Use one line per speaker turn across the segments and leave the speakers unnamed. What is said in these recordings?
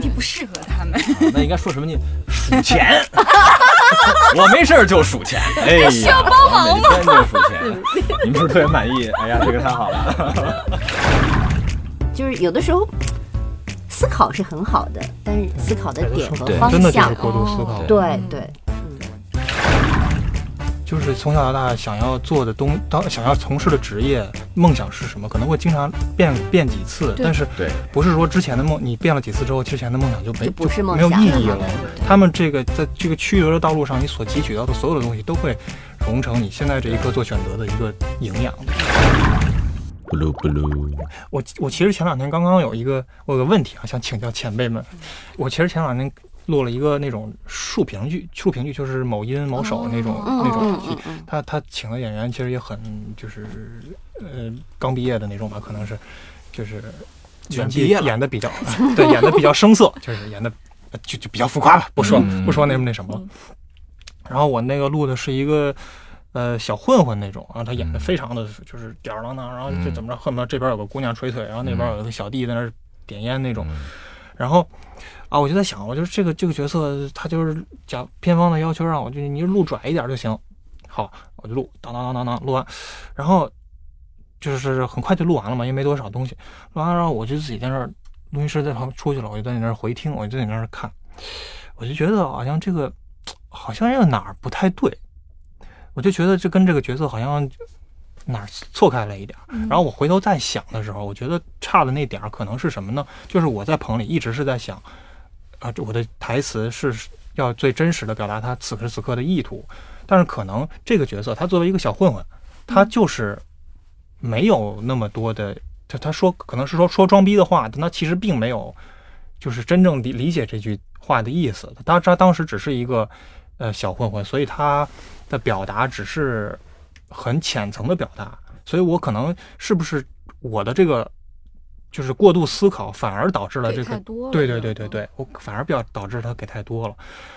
题不适合他们。
那应该说什么呢？数钱，我没事儿就数钱。哎呀，
需要帮忙吗
我每天就数钱，你们是不是特别满意？哎呀，这个太好了。
就是有的时候思考是很好的，但是思考的哎点和
对
方
真的就是嗯哎
向，
过度思考
哦，
对对，
就是从小到大想要做的东，当想要从事的职业，梦想是什么，可能会经常变变几次，
对
但是
对，
不是说之前的梦你变了几次之后，之前的梦想就没
就不是梦
没有
想
意
了
义
嘛
了。他们这个在这个曲折的道路上，你所汲取到的所有的东西，都会融成你现在这一刻做选择的一个营养。
不噜不噜，
我我其实前两天刚刚有一个我有个问题啊，想请教前辈们。我其实前两天录了一个那种竖屏剧，竖屏剧就是某音某手那种、
嗯
那种
嗯
戏
嗯，嗯，
他他请的演员其实也很就是呃刚毕业的那种吧，可能是就是
全
演
毕
技
业了
演的比较对演的比较生涩，就是演的就就比较浮夸吧，不说、
嗯
不说那么那什么了。然后我那个录的是一个。呃，小混混那种，啊然后他演的
嗯
非常的就是吊儿郎当，然后就
嗯
怎么着，恨不得这边有个姑娘捶腿，然后那边
嗯
有个小弟在那儿点烟那种，
嗯
然后啊，我就在想，我就是这个这个角色，他就是甲片方的要求让我就你就录拽一点就行。好，我就录，当当当当当录完，然后就是很快就录完了嘛，也没多少东西。录完了，然后我就自己在那儿，录音师在旁边出去了，我就在那儿回听，我就在那儿看，我就觉得好像这个好像又哪儿不太对，我就觉得这跟这个角色好像哪儿错开了一点儿。然后我回头再想的时候，我觉得差的那点儿可能是什么呢？就是我在棚里一直是在想，啊、这我的台词是要最真实的表达他此时此刻的意图，但是可能这个角色他作为一个小混混，他就是没有那么多的，他他说可能是说说装逼的话，但他其实并没有就是真正理理解这句话的意思。他他当时只是一个呃小混混，所以他的表达只是很浅层的表达，所以我可能是不是我的这个就是过度思考，反而导致了
给
这
太
个
多了嗯
对
这
对对
种
对对，我反而比较导致他给太多了，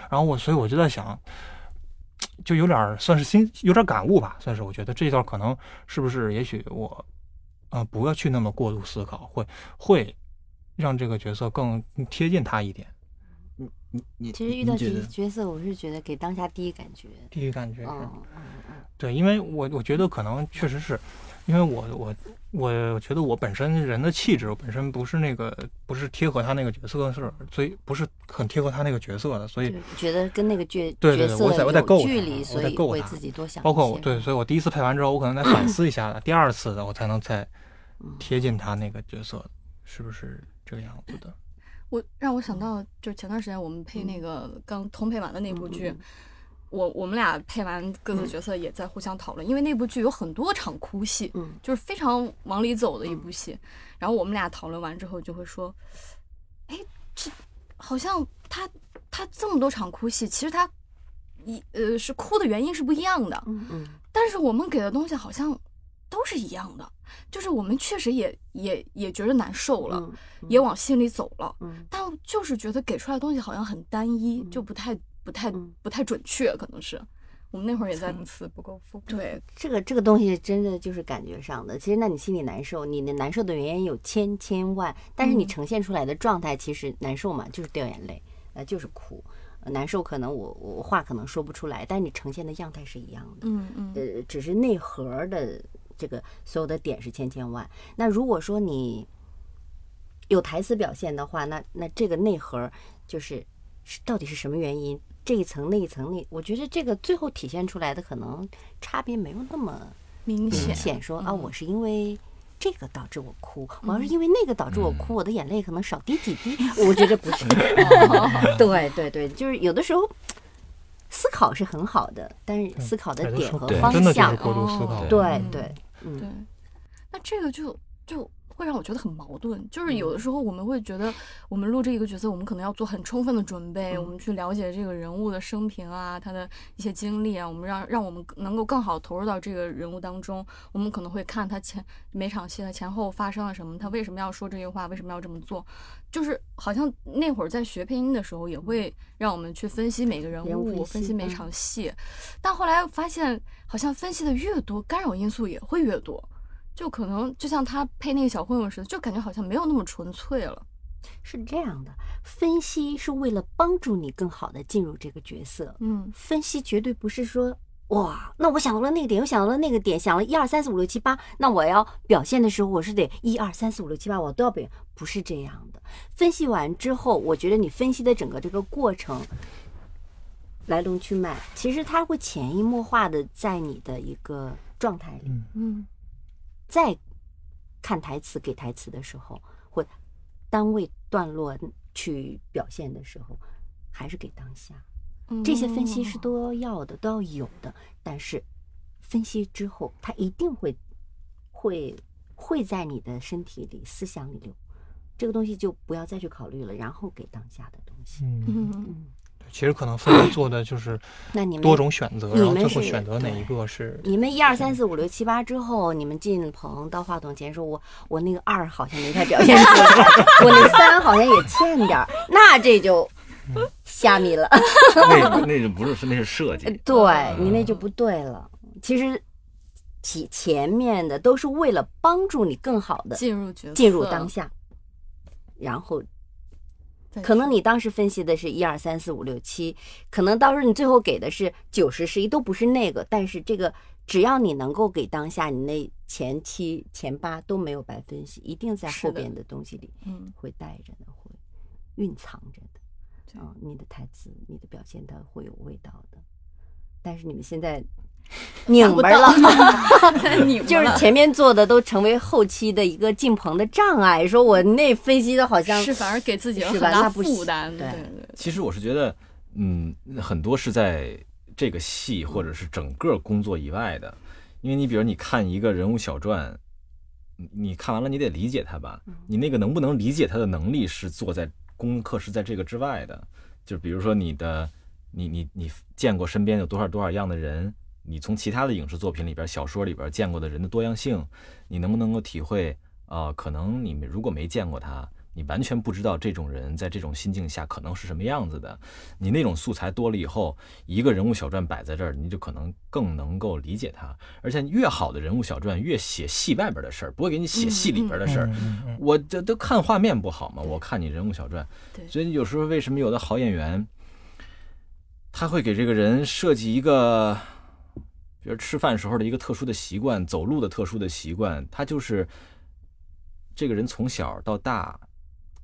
然后我所以我就在想，就有点儿算是心有点儿感悟吧，算是我觉得这一段可能是不是也许我，呃，不要去那么过度思考，会会让这个角色更贴近他一点。
你你
其实遇
你
到
觉
第
得
一角色，我是觉得给当下第一感觉，
第一感觉
哦
是，
嗯，
对，因为我我觉得可能确实是，因为我我我我觉得我本身人的气质，我本身不是那个不是贴合他那个角色是，所以不是很贴合他那个角色的，所以
对，觉得跟那个角
对对
角
我在
色
我在够
有距
他
离，
我
所
在
以
够
会
他
自己多想一些，
包括我对，所以我第一次配完之后，我可能再反思一下的，第二次的我才能再
嗯
贴近他那个角色，是不是这个样子的？
我让我想到，就是前段时间我们配那个刚通配完
嗯
的那部
嗯
剧，我我们俩配完各自角色也在互相讨论，因为那部剧有很多场哭戏，
嗯
就是非常往里走的一
嗯
部戏。然后我们俩讨论完之后就会说，哎，这好像他他这么多场哭戏，其实他一呃是哭的原因是不一样的，
嗯嗯
但是我们给的东西好像都是一样的，就是我们确实也也也觉得难受了，
嗯
啊
也往心里走了。
嗯
但就是觉得给出来的东西好像很单一，
嗯
就不太、不太、
嗯
不太准确，可能是我们那会儿也在
层次不够丰富。
对
这个这个东西真的就是感觉上的，其实那你心里难受，你的难受的原因有千千万，但是你
嗯
呈现出来的状态其实难受嘛，就是掉眼泪，呃，就是哭，呃难受可能我我话可能说不出来，但是你呈现的样态是一样的，
嗯嗯
呃，只是内核的这个所有的点是千千万。那如果说你有台词表现的话，那那这个内核就是是到底是什么原因？这一层那一层那，我觉得这个最后体现出来的可能差别没有那么
明
明
显
显说，啊，
嗯
我是因为。这个导致我哭，我要是因为那个导致我哭，我的眼泪可能少滴几滴。我觉得不是，哦
嗯
对对对，就是有的时候思考是很好的，但是思考的
对
点
说
和
对
方
真的就
向
是过度思
哦
考。
对
嗯
对，嗯
对。那这个就就会让我觉得很矛盾，就是有的时候我们会觉得我们录这一个角色，我们可能要做很充分的准备，我们去了解这个人物的生平啊，他的一些经历啊，我们让让我们能够更好投入到这个人物当中。我们可能会看他前每场戏的前后发生了什么，他为什么要说这句话，为什么要这么做，就是好像那会儿在学配音的时候，也会让我们去分析每个人
人物
物，分
分
析
析
每
嗯
场戏，但后来发现好像分析的越多，干扰因素也会越多。就可能就像他配那个小混混似的，就感觉好像没有那么纯粹了。
是这样的，分析是为了帮助你更好的进入这个角色。
嗯
分析绝对不是说哇，那我想到了那个点，又想到了那个点，想了一二三四五六七八，那我要表现的时候，我是得一二三四五六七八，我都要表现，不是这样的。分析完之后，我觉得你分析的整个这个过程。来龙去脉，其实它会潜移默化的在你的一个状态里，
嗯
在看台词、给台词的时候，或单位段落去表现的时候，还是给当下。
嗯，
这些分析是都要的，都要有的。但是分析之后，它一定会会会在你的身体里、思想里留。这个东西就不要再去考虑了，然后给当下的东西。
嗯，
嗯
嗯，
其实可能分别做的就是
那你们
多种选择，
你
然后
们
最后
是嗯
选择哪一个是
你们一二三四五六七八之后，你们进棚到话筒前说，我我那个二好像没太表现出来， 我那三好像也欠点儿，那这就虾米了。
那那就不是，是那是设计。
对你那就不对了。其实前前面的都是为了帮助你更好的
进入角色，
进入当下，然后
再
可能
说
你当时分析的是一二三四五六七，可能到时候你最后给的是九十十一都不是那个，但是这个只要你能够给当下，你那前七前八都没有白分析，一定在
是
后
的
边的东西里
嗯
会带着的，会蕴藏着的。
对
啊、你的台词、你的表现，它会有味道的。但是你们 现在拧巴了，
拧巴
就是
了
前面做的都成为后期的一个进棚的障碍。说我那分析的好像
是反而给自己了
是
很
吧那
大
不行
负担，
对
对对，
其实我是觉得，嗯，很多是在这个戏或者是整个工作以外的，因为你比如你看一个人物小传，你你看完了你得理解他吧，你那个能不能理解他的能力是做在功课是在这个之外的，就比如说你的，你你你见过身边有多少多少样的人。你从其他的影视作品里边、小说里边见过的人的多样性，你能不能够体会？啊，可能你们如果没见过他，你完全不知道这种人在这种心境下可能是什么样子的。你那种素材多了以后，一个人物小传摆在这儿，你就可能更能够理解他。而且越好的人物小传越写戏外边的事儿，不会给你写戏里边的事儿。
嗯嗯
我这都看画面不好嘛，我看你人物小传
对。
所以有时候为什么有的好演员，他会给这个人设计一个，比如吃饭时候的一个特殊的习惯，走路的特殊的习惯，他就是这个人从小到大。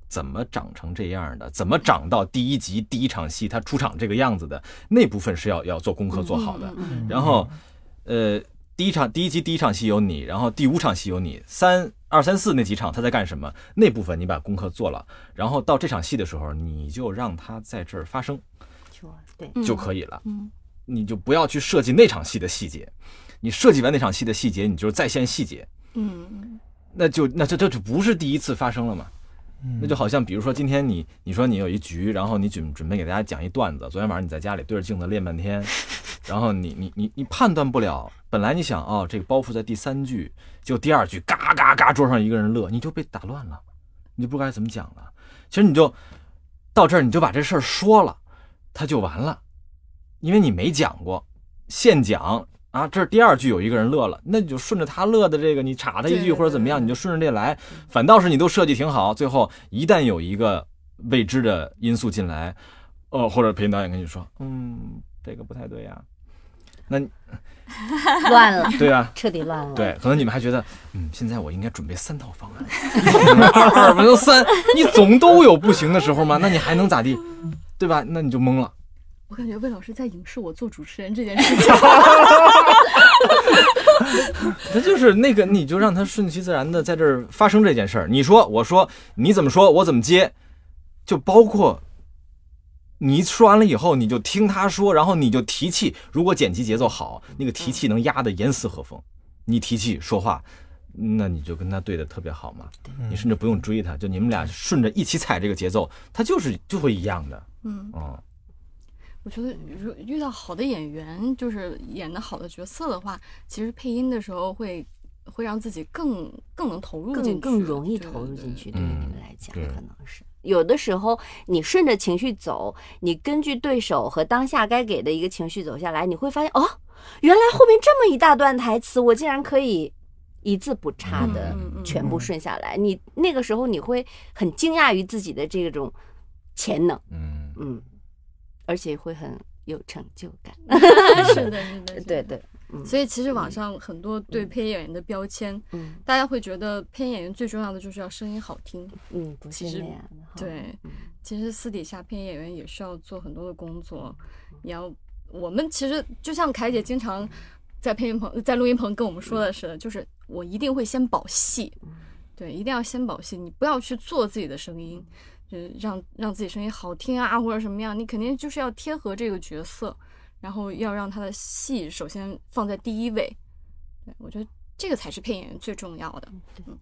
怎么长成这样的？怎么长到第一集第一场戏他出场这个样子的？那部分是要要做功课做好的。
嗯嗯嗯
嗯
然后，呃，第一场第一集第一场戏有你，然后第五场戏有你，三二三四那几场他在干什么？那部分你把功课做了，然后到这场戏的时候，你就让他在这儿发生
对，
就可以了，
嗯
你就不要去设计那场戏的细节。你设计完那场戏的细节，你就是再现细节，
嗯嗯
那就那这这就不是第一次发生了嘛。
嗯
那就好像比如说今天你你说你有一局，然后你准准备给大家讲一段子，昨天晚上你在家里对着镜子练半天，然后你你你你判断不了，本来你想哦这个包袱在第三句，就第二句嘎嘎嘎桌上一个人乐，你就被打乱了，你就不该怎么讲了。其实你就到这儿你就把这事儿说了，他就完了，因为你没讲过，现讲。啊，这是第二句有一个人乐了，那你就顺着他乐的这个，你插他一
对
句
对
或者怎么样，
对
你就顺着这来，反倒是你都设计挺好，最后一旦有一个未知的因素进来，呃，或者配音导演跟你说，嗯，这个不太对呀、那你
乱了，
对啊，
彻底乱了。
对，可能你们还觉得，嗯，现在我应该准备三套方案， 二二完了三，你总都有不行的时候嘛，那你还能咋地，对吧？那你就懵了。
我感觉魏老师在影视我做主持人这件事情，
他就是 那个，你就让他顺其自然的在这儿发生这件事儿。你说，我说，你怎么说，我怎么接，就包括你说完了以后，你就听他说，然后你就提气。如果剪辑节奏好，那个提
嗯
气能压得严丝合缝。你提气说话，那你就跟他对的特别好嘛。
嗯
嗯
你甚至不用追他，就你们俩顺着一起踩这个节奏，他就是就会一样的。
嗯。
嗯，
我觉得如遇到好的演员，就是演的好的角色的话，其实配音的时候会会让自己更更能投入进
更
去，
更容易
对
投入进。去，对
对
于
对
你们
嗯
来讲，
对
可能是有的时候你顺着情绪走，你根据对手和当下该给的一个情绪走下来，你会发现哦，原来后面这么一大段台词，我竟然可以一字不差的
嗯嗯嗯
全部顺下来。你那个时候你会很惊讶于自己的这种潜能，
嗯，
嗯，而且会很有成就感。
是的，是的，是的
对。对，嗯
所以其实网上很多对配音演员的标签，
嗯
大家会觉得配音演员最重要的就是要声音好听。
嗯，不是
其实
那样的哈。
对
嗯，
其实私底下配音演员也需要做很多的工作，也要我们其实就像凯姐经常在配音棚、在录音棚跟我们说的似的，就是我一定会先保戏，对，一定要先保戏，你不要去做自己的声音，就是让让自己声音好听啊或者什么样，你肯定就是要贴合这个角色，然后要让他的戏首先放在第一位，对我觉得这个才是配音演员最重要的。嗯，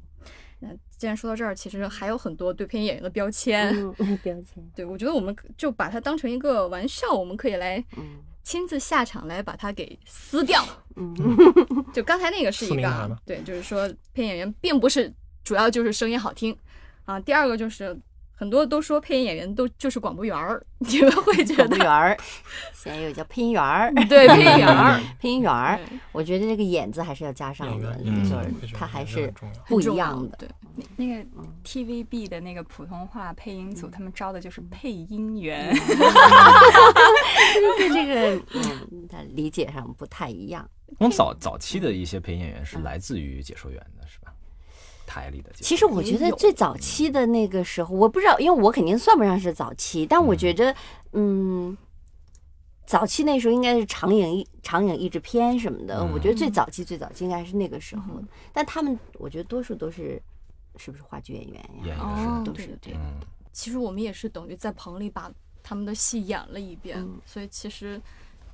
那既然说到这儿，其实还有很多对配音演员的标签。
嗯，标签，
对，我觉得我们可就把它当成一个玩笑，我们可以来
嗯
亲自下场来把它给撕掉。
嗯
就刚才那个是
撕
一
名
个
牌
啊
吗，
对，就是说配音演员并不是主要就是声音好听啊。第二个就是很多都说配音演员都就是广播员儿，你们会 觉
广播
得
员儿，嗯现在有叫配音员儿，
对配音员 儿
配音员儿
对，
我觉得这个“演”字还是要加上
演
的
员，
嗯
就是它还是不
很
一
重要
样的。
对，
那个 TVB 的那个普通话配音组，他们招的就是配音员。
对这个，嗯，它理解上不太一样。
我们早早期的一些配音演员是来自于解说员的，是吧？台里的解说员。
其实我觉得最早期的那个时候，我不知道，因为我肯定算不上是早期，但我觉着，嗯，早期那时候应该是长影一长影译制片什么的，
嗯
我觉得最早期最早期应该是那个时候的。但他们，我觉得多数都是，是不是话剧演员
演
呀？
绎的是，
哦
都
对
是
对
这
对
样。
嗯，
其实我们也是等于在棚里把他们的戏演了一遍，
嗯
所以其实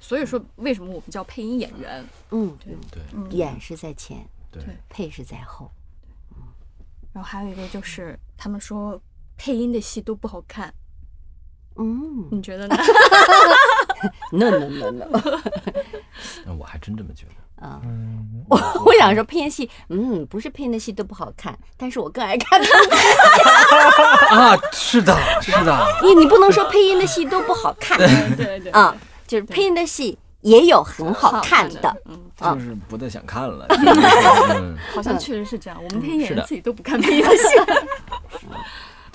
所以说为什么我们叫配音演员？
嗯，
对
对
嗯，
演是在前，
对
对
配是在后。
然后还有一个就是他们说配音的戏都不好看，
嗯
你觉 得呢？
，no no no no，
那我还真这么觉得。
啊。
嗯，
我我想说配音戏，嗯，不是配音的戏都不好看，但是我更爱看他 们
啊，是的，是 的，
你你不能说配音的戏都不好看
对对
啊，就是配音的戏也有很好看的，，
嗯，
啊
就是不太想看 了。嗯，
好像确实是这样。我们配音演
是
员
的
自己都不看配音的 戏，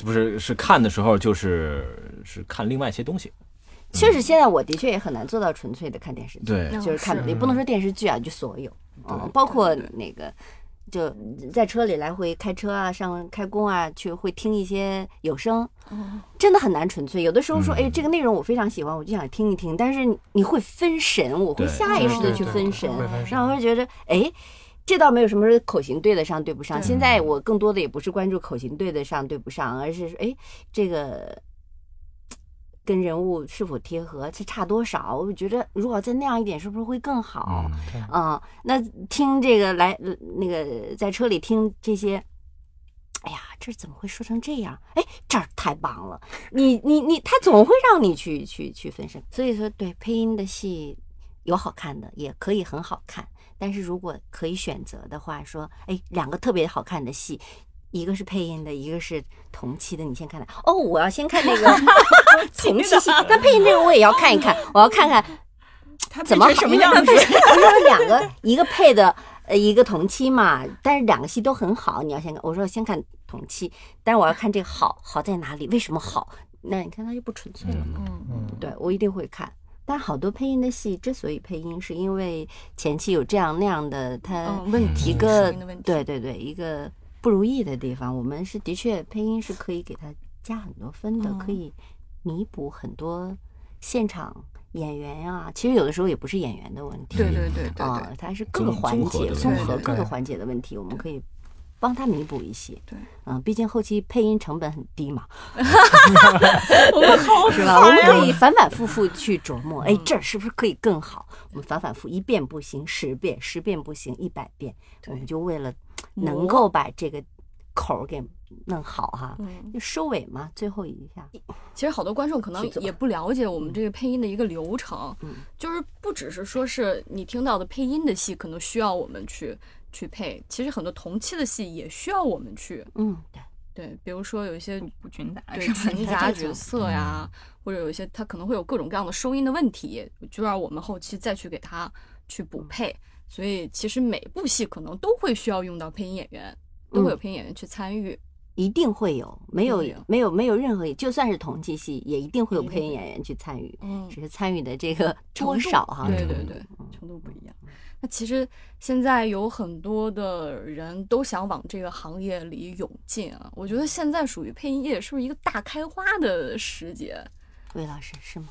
不是，是看的时候就是是看另外一些东西。
确实现在我的确也很难做到纯粹的看电视剧，
对
嗯
就是看
是
也不能说电视剧啊，就所有，嗯，包括那个。就在车里来回开车啊，上开工啊，去会听一些有声，
嗯
真的很难纯粹。有的时候说，
嗯
哎，这个内容我非常喜欢，我就想听一听，但是你你会分神，我会
对
下意识的
对
去分神，
会分神
然后我就觉得，哎，这倒没有什么口型对得上对不上。
对
现在我更多的也不是关注口型对得上对不上，而是说，哎，这个跟人物是否贴合，这差多少？我觉得如果再那样一点，是不是会更好？
嗯
嗯，那听这个来呃那个在车里听这些。哎呀，这怎么会说成这样？哎，这儿太棒了！你你你，他总会让你去去去分身。所以说，对配音的戏有好看的，也可以很好看。但是如果可以选择的话，说，哎，两个特别好看的戏，一个是配音的，一个是同期的，你先看看。哦，我要先看那个 同期戏，但配音这个我也要看一看，我要看看
他
嗯怎么
变成什么样
子？
子
因？为因为两个，一个配的，呃，一个同期嘛，但是两个戏都很好。你要先看，我说先看同期，但是我要看这个好好在哪里，为什么好？那你看它就不纯粹了嘛。
嗯，
嗯，
对我一定会看。但好多配音的戏之所以配音，是因为前期有这样那样的，它
哦
嗯问
一
题
个、
声音的问题
对对对一个不如意的地方，我们是的确配音是可以给它加很多分的，
嗯
可以弥补很多现场演员啊，其实有的时候也不是演员的问题，
对对对对
啊、
对，
它是各个
综
环
综合的
节
问题
综合
对
各个
对
环节的问题，我们可以帮他弥补一些。
对，
嗯，毕竟后期配音成本很低嘛，
我们好啊嗯
是吧？我们可以反反复复去琢磨，哎，这儿是不是可以更好？我们反反复一遍不行，十遍，十遍不行，一百遍，我们就为了能够把这个口儿给弄好哈。
嗯，
就收尾嘛，最后一下，
其实好多观众可能
去做
也不了解我们这个配音的一个流程，
嗯
就是不只是说是你听到的配音的戏，可能需要我们去去配，其实很多同期的戏也需要我们去，
嗯，对，
对，比如说有一些
不均打
对
是吧？
群啊杂角色呀，或者有一些它可能会有各种各样的收音的问题，就让我们后期再去给它去补配。所以其实每部戏可能都会需要用到配音演员，都会有配音演员去参与。
一定会有，没有
一定会有
没有没有任何，就算是同期戏，也一定会有
一定
配音
会
演员去参与，
嗯，
只是参与的 这个
程
多
度
少哈。
对
嗯
对对，程度不一样。那其实现在有很多的人都想往这个行业里涌进啊，我觉得现在属于配音业是不是一个大开花的时节？
魏老师是吗？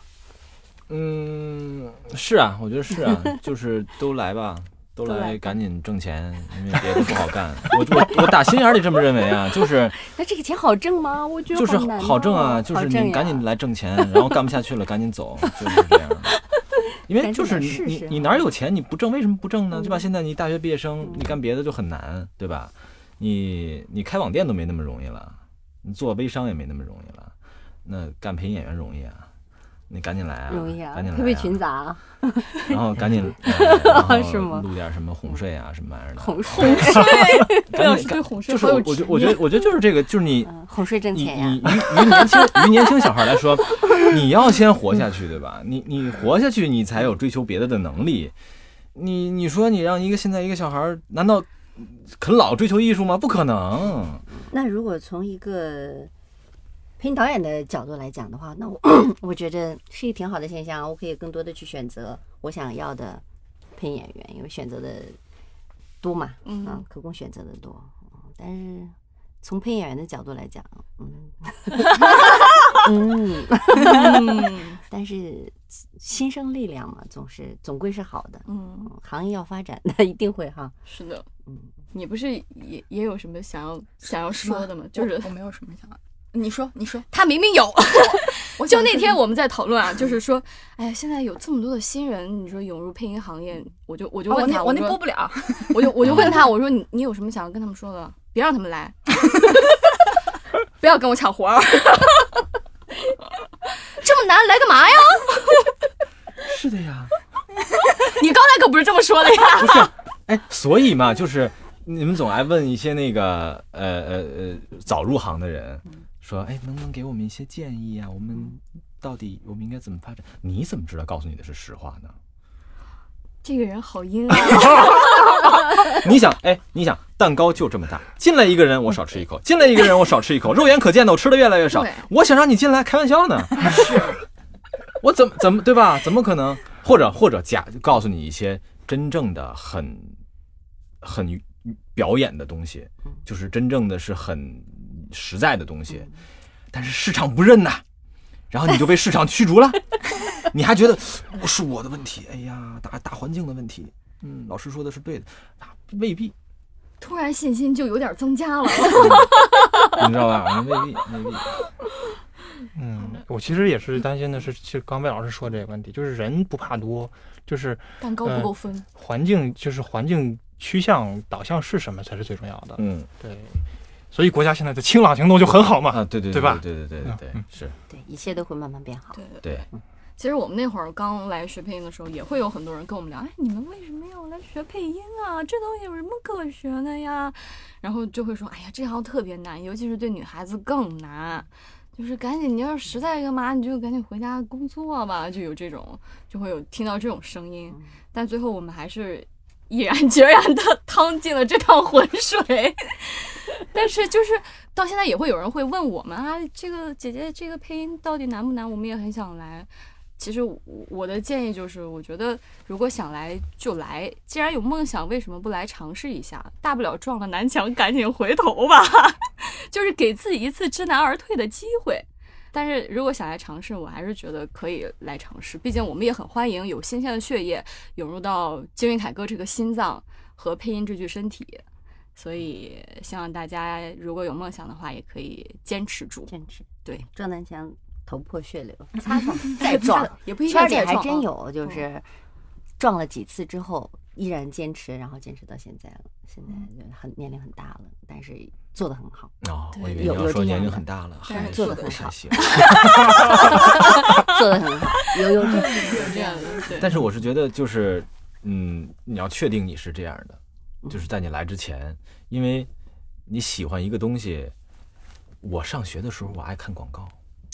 嗯，是啊，我觉得 是啊，就是都来吧，都
都来
来，
吧
赶紧挣钱，因为别的不好干。我我我打心眼儿里这么认为啊，就是
那这个钱好挣吗？我觉得
就是
难
好挣啊，
哦
就
好
是
挣
你
呀
赶紧来挣钱，然后干不下去了赶紧走，就是这样。 因为就是
赶
你
紧来试
你
试
你哪有钱你不挣为什么不挣呢？
嗯
对吧？现在你大学毕业生，你干别的就很难，对吧？你你开网店都没那么容易了，你做微商也没那么容易了，那干配音演员容易啊？你赶紧来啊！
容易啊
赶紧，来、
特别群杂啊，
然后赶 紧，呃
是
然
吗
后录点什么红睡啊，什么玩意儿的。
哄睡，
魏
赶
老师
紧
对
赶，
哄睡
就是
好有
我我觉我觉得我觉得就是这个，就是你
嗯哄睡挣
以以
钱呀。
以于年轻于年轻小孩来说，你要先活下去，对吧？你你活下去，你才有追求别的的能力。你你说你让一个现在一个小孩儿，难道啃老追求艺术吗？不可能。
那如果从一个配音导演的角度来讲的话，那我 我觉得是一个挺好的现象啊，我可以更多的去选择我想要的配音演员，因为选择的多嘛，
嗯
啊，可供选择的多。嗯但是从配音演员的角度来讲，嗯， 嗯，
嗯
但是新生力量嘛，总是总归是好的。
嗯，
嗯行业要发展， 那一定会哈。
是的
嗯。
你不是也也有什么想要想要说的吗？就是
我没有什么想法，你说你说，
他明明有，
我
就
想
那
说
天我们在讨论啊，
嗯
就是说，哎呀，现在有这么多的新人，你说涌入配音行业，我就我就
哦我
问
那
他，
我那
说
播不了，
我就我就 问他，我说你你有什么想要跟他们说的？别让他们来， 不要跟我抢活儿， 这么难来干嘛呀？
是的呀，
你刚才可不是这么说的呀！
不是。哎，所以嘛，就是你们总爱问一些那个呃呃呃早入行的人，说哎，能不能给我们一些建议啊？我们到底我们应该怎么发展？你怎么知道告诉你的是实话呢？
这个人好阴啊！
你想，哎，你想，蛋糕就这么大，进来一个人我少吃一口，进来一个人我少吃一口，肉眼可见的我吃的越来越少
对。
我想让你进来，开玩笑呢？是，我怎么怎么对吧？怎么可能？或者或者假告诉你一些真正的很很表演的东西，就是真正的是很实在的东西，但是市场不认呐、然后你就被市场驱逐了，你还觉得我是我的问题？哎呀，大大环境的问题。嗯，老师说的是对的，啊，未必，
突然信心就有点增加了。
嗯
你知道吧？未 必，未必。
嗯，我其实也是担心的是，其实刚魏老师说这个问题，就是人不怕多，就是
蛋糕不够分，
环境，就是环境趋向导向是什么才是最重要的。
嗯
对，所以国家现在的清朗行动就很好嘛。
啊，对对
对吧
对对对对对
嗯，
是
对，一切都会慢慢变好。
对
对。
其实我们那会儿刚来学配音的时候，也会有很多人跟我们聊，哎，你们为什么要来学配音啊？这东西有什么可学的呀？然后就会说，哎呀，这行特别难，尤其是对女孩子更难。就是赶紧，你要是实在干嘛，你就赶紧回家工作吧，就有这种，就会有听到这种声音。但最后我们还是毅然决然的 趟进了这趟浑水。 但是就是到现在也会有人会问我们啊，这个姐姐这个配音到底难不难？我们也很想来。其实我我的建议就是，我觉得如果想来就来，既然有梦想，为什么不来尝试一下？大不了撞了南墙，赶紧回头吧， 就是给自己一次知难而退的机会。但是如果想来尝试，我还是觉得可以来尝试，毕竟我们也很欢迎有新鲜的血液涌入到金云凯歌这个心脏和配音这具身体。所以，希望大家如果有梦想的话，也可以坚持住。
坚持。
对，
撞南墙头破 血流，擦擦再撞。
也不一定
圈里
再
还
撞
真
啊
有，就是撞了几次之后依然坚持，然后坚持到现在了。现
嗯
在就很年龄很大了，但是做的很好。
哦，我以为
对
你
有
要
有
说
这
年
样
龄
的
很大了，
对
还
做
得
是
很
还
好
行。
做的很好，有有 这个
这样的，对，
但是我是觉得，就是，嗯，你要确定你是这样
嗯
的，就是在你来之前，因为你喜欢一个东西。我上学的时候，我爱看广告，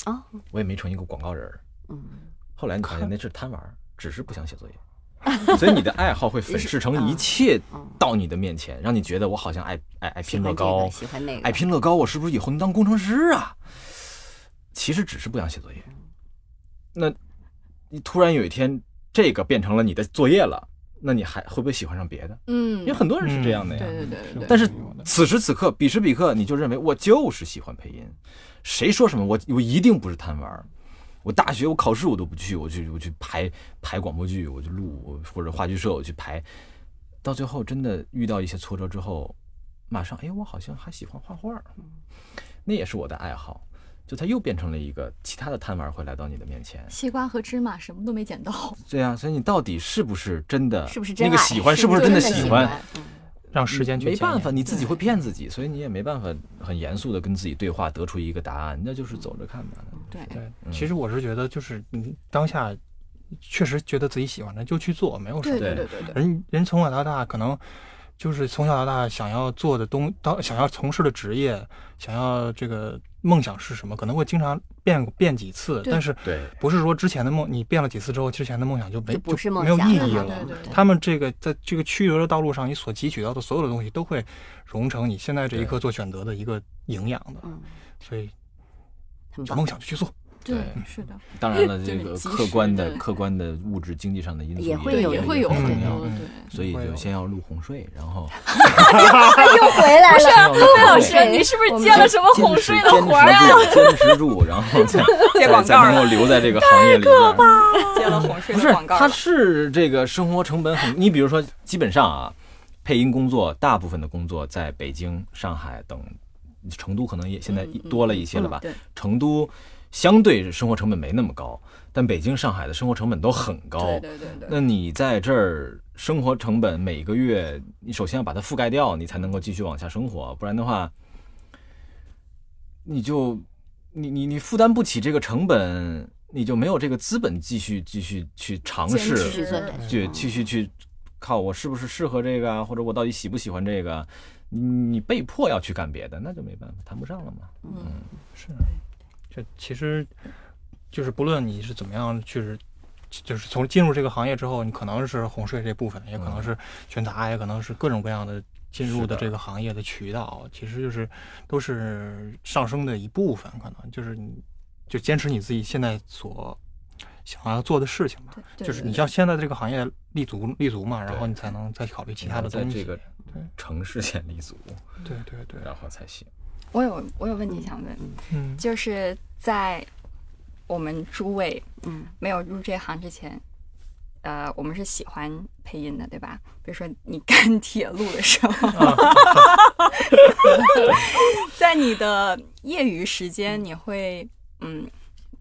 哦，
我也没成一个广告人儿。
嗯，
后来你发现那是贪玩儿，只是不想写作业。所以你的爱好会粉饰成一切
嗯
到你的面前，让你觉得我好像爱爱爱
喜
拼乐
欢这
高
个，，喜欢那
爱
个，
拼乐高，我是不是以后能当工程师啊？其实只是不想写作
嗯
业。那你突然有一天这个变成了你的作业了，那你还会不会喜欢上别的？
嗯
因为，很多人是这样的
对
嗯
呀。
对对对，
但 是
有的
此时此刻，彼时彼刻，你就认为我就是喜欢配音，谁说什么我我一定不是贪玩儿。我大学我考试我都不去，我去我去排排广播剧，我去录我或者话剧社我去排，到最后真的遇到一些挫折之后，马上哎我好像还喜欢画画儿，那也是我的爱好，就它又变成了一个其他的贪玩儿会来到你的面前。
西瓜和芝麻什么都没捡到，
对啊，所以你到底是不是真的
是不是真
那个
爱
喜欢
是
是
不
不
是
是真的
真的
喜
喜
欢？
欢嗯
让时间去
没
检验
办法，你自己会骗自己，所以你也没办法很严肃的跟自己对话，得出一个答案，那就是走着看吧。
对，
对，
嗯
其实我是觉得，就是你当下确实觉得自己喜欢的就去做，没有什
对
么。
对
对
对对 对，
人人从小到大，可能就是从小到大想要做的东，当想要从事的职业，想要这个梦想是什么，可能会经常变变几次，
对
但是
对，
不是说之前的梦你变了几次之后，之前的梦想
哎
就没
就不是梦
没有
想
意
了
义
对
了。
对对
他们这个在这个曲折的道路上，你所汲取到的所有的东西，都会融成你现在这一刻做选择的一个营养的。
嗯，
所以，
很
有
棒
梦。想就去做。
对
对
是的，
当然 了，
就
这
是
个
及
客
时
观的、
的
客观的物质经济上的因素
也会
对
有
也
一
会有
个
很
嗯
多
嗯
对。
所以
会有
就先要入哄睡，然后
啊又回来了，
先要入
对
哄
老
睡
师，你是不
我
是
们
接了什么哄睡的活儿呀？
坚持住，坚持住，然后再
接
再
广
再
告
能够
了，哎
留在这个行业里边。
接了哄睡
不
的
是
广，告
它
了。
是这个生活成本很，你比如说，基本上啊，配音工作大部分的工作在北京、上海等，成都可能也现在
嗯嗯
多了一些了吧？
嗯对
成都相对生活成本没那么高，但北京、上海的生活成本都很高。
对对对对，
那你在这儿生活成本每个月，你首先要把它覆盖掉，你才能够继续往下生活，不然的话，你就你你你负担不起这个成本，你就没有这个资本继续继续去尝
坚持
试
继续做下去，
去
嗯
去去去，靠我是不是适合这个啊，或者我到底喜不喜欢这个啊？你你被迫要去干别的，那就没办法，谈不上了嘛。
嗯，
是，这其实就是不论你是怎么样，就是就是从进入这个行业之后，你可能是哄睡这部分，也可能
嗯
是宣达，也可能是各种各样的进入
是
的
的
这个行业的渠道，其实就是都是上升的一部分，可能就是你就坚持你自己现在所想要做的事情吧。
对对
就是
对
你 像现在这个行业立足立足嘛，然后
对
你才能再考虑其他的
在
东西。
这个
对
城市先立足，
对对对，
然后才行。
我有我有问题想问，
嗯，
就是在我们诸位
嗯
没有入这行之前，呃，我们是喜欢配音的，对吧？比如说你干铁路的时候，
嗯啊
在你的业余时间，你会嗯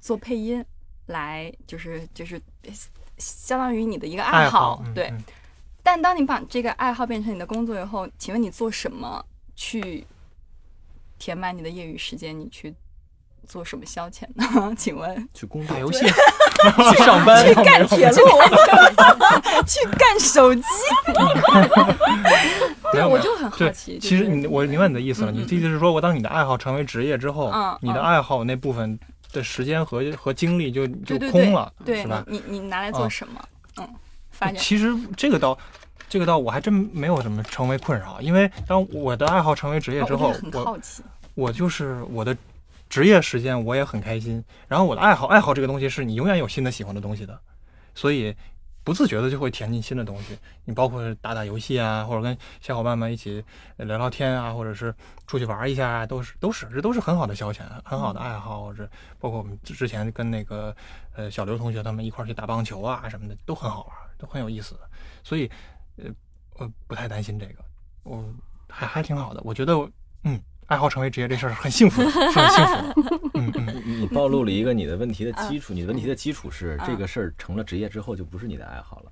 做配音来，就是就是相当于你的一个
爱
好，
好嗯
对。
嗯
但当你把这个爱好变成你的工作以后，请问你做什么去填满你的业余时间？你去做什么消遣呢？ 请问
去工作
打游戏，去上 班
去干铁路， 去干手机？
没有
我
没有
就很好
对
奇。
其实
就是
你我明白你的意思了，
嗯
你
嗯
的意思是说，我当你的爱好成为职业之后
嗯，
你的
嗯
爱好那部分的时间和和精力就就
对对
空了，
对
是吧？
你你你拿来做
嗯
什么？嗯，发展。
其实这个倒，这个倒我还真没有怎么成为困扰，因为当我的爱好成为职业
哦
之
我
后
真，的很
我
好奇，
我就是我的职业时间我也很开心，然后我的爱好爱好这个东西是你永远有新的喜欢的东西的，所以不自觉的就会填进新的东西。你包括打打游戏啊，或者跟小伙伴们一起聊聊天啊，或者是出去玩一下啊，都是都是这都是很好的消遣，很好的爱好，或者包括我们之之前跟那个呃小刘同学他们一块儿去打棒球啊什么的，都很好玩，都很有意思的。所以呃我不太担心这个，我还还挺好的。我觉得我嗯，爱好成为职业这事儿很 幸福的，是很幸福的。嗯嗯。
你你暴露了一个你的问题的
嗯
基础，你的问题的基础是这个事儿成了职业之后就不是你的爱好了，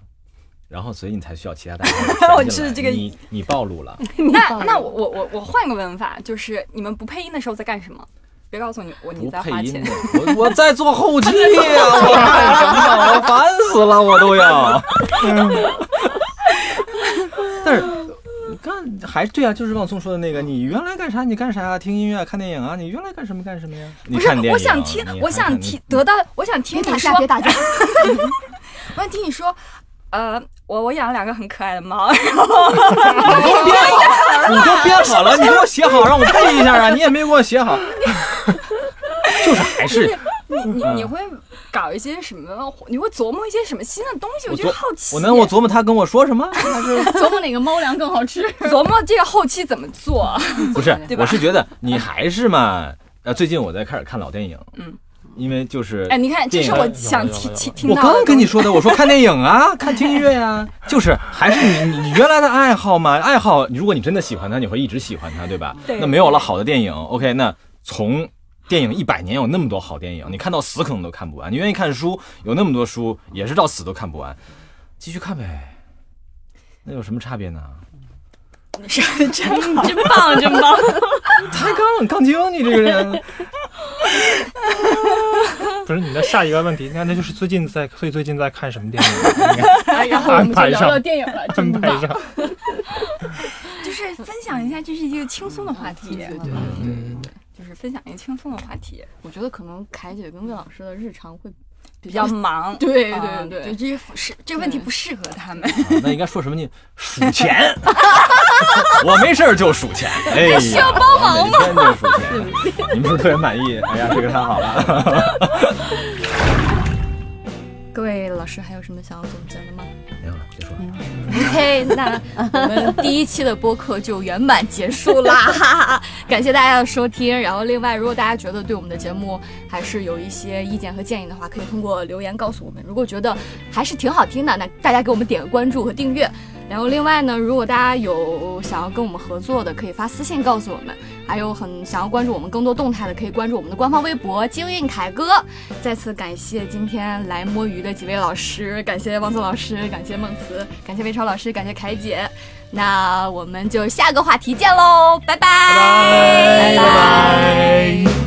然后所以你才需要其他的 爱好
我
填进来
哦是这个
你你暴露了，
那那我我我我换个问法，就是你们不配音的时候在干什么？别告诉你我你
不
在
配
花
音
钱
的，，我我在做后期呀、我干什么？ 我烦死了，我都要。但是你干还对啊，就是王聪说的那个，你原来干啥你干啥啊，听音乐啊、看电影啊，你原来干什么干什么呀？你
不是
看电影，
我想听
你，还
我想
看
听得到，我想听
别打
你说
架，别打架，
我想听你说，呃，我我养了两个很可爱的猫，
你都编好，你都编好了，你给我写好，让我背一下啊！你也没给我写好， 就是还是
你你你会搞一些什么？你会琢磨一些什么新的东西？
我
我觉得
琢
好奇。
我能我琢磨他跟我说什么？
琢磨哪个猫粮更好 吃。
琢磨这个后期怎么做？
不是，
对吧
我是觉得你还是嘛，呃，最近我在开始看老电影，
嗯，
因为就是
哎，你看，这是
电影
我想
有了有
听
了
听听
我
到的东
刚
西。
跟你说的，我说看电影啊， 看听音乐啊，就是还是你你你原来的爱好嘛，爱好，如果你真的喜欢它，你会一直喜欢它，对吧？
对
那没有了好的电影，OK，那从电影一百年有那么多好电影，你看到死可能都看不完。你愿意看书，有那么多书也是到死都看不完，继续看呗。那有什么差别呢？
真棒，真棒！
抬杠杠精，你这个人，
不是你的下一个问题，你看那就是最近在，所以最近在看什么电影？你看
哎然后我们就
安排
聊
上
聊电影了，
安
真
排
棒。
上，
就是分享一下，这是一个轻松的话题，
嗯，
就是分享一个轻松的话题，
我觉得可能凯姐跟魏老师的日常会比
比较 忙。
对
啊
对
就
对，
这些不适，这个问题不适合他们。
那应该说什么呢？数钱。 我没事儿就数钱，哎，需要帮忙吗？每天就数钱，你们是不是特别满意？哎呀，这个太好了。
各位老师还有什么想要总结的吗
没有了，别说了。
？OK，那我们第一期的播客就圆满结束啦， 哈哈感谢大家的收听。然后，另外，如果大家觉得对我们的节目还是有一些意见和建议的话，可以通过留言告诉我们。如果觉得还是挺好听的，那大家给我们点个关注和订阅。然后，另外呢，如果大家有想要跟我们合作的，可以发私信告诉我们；还有很想要关注我们更多动态的，可以关注我们的官方微博“京韵凯歌”。再次感谢今天来摸鱼的几位老师，感谢汪总老师，感谢孟慈，感谢魏超老师，感谢凯姐。那我们就下个话题见喽，拜拜
拜拜。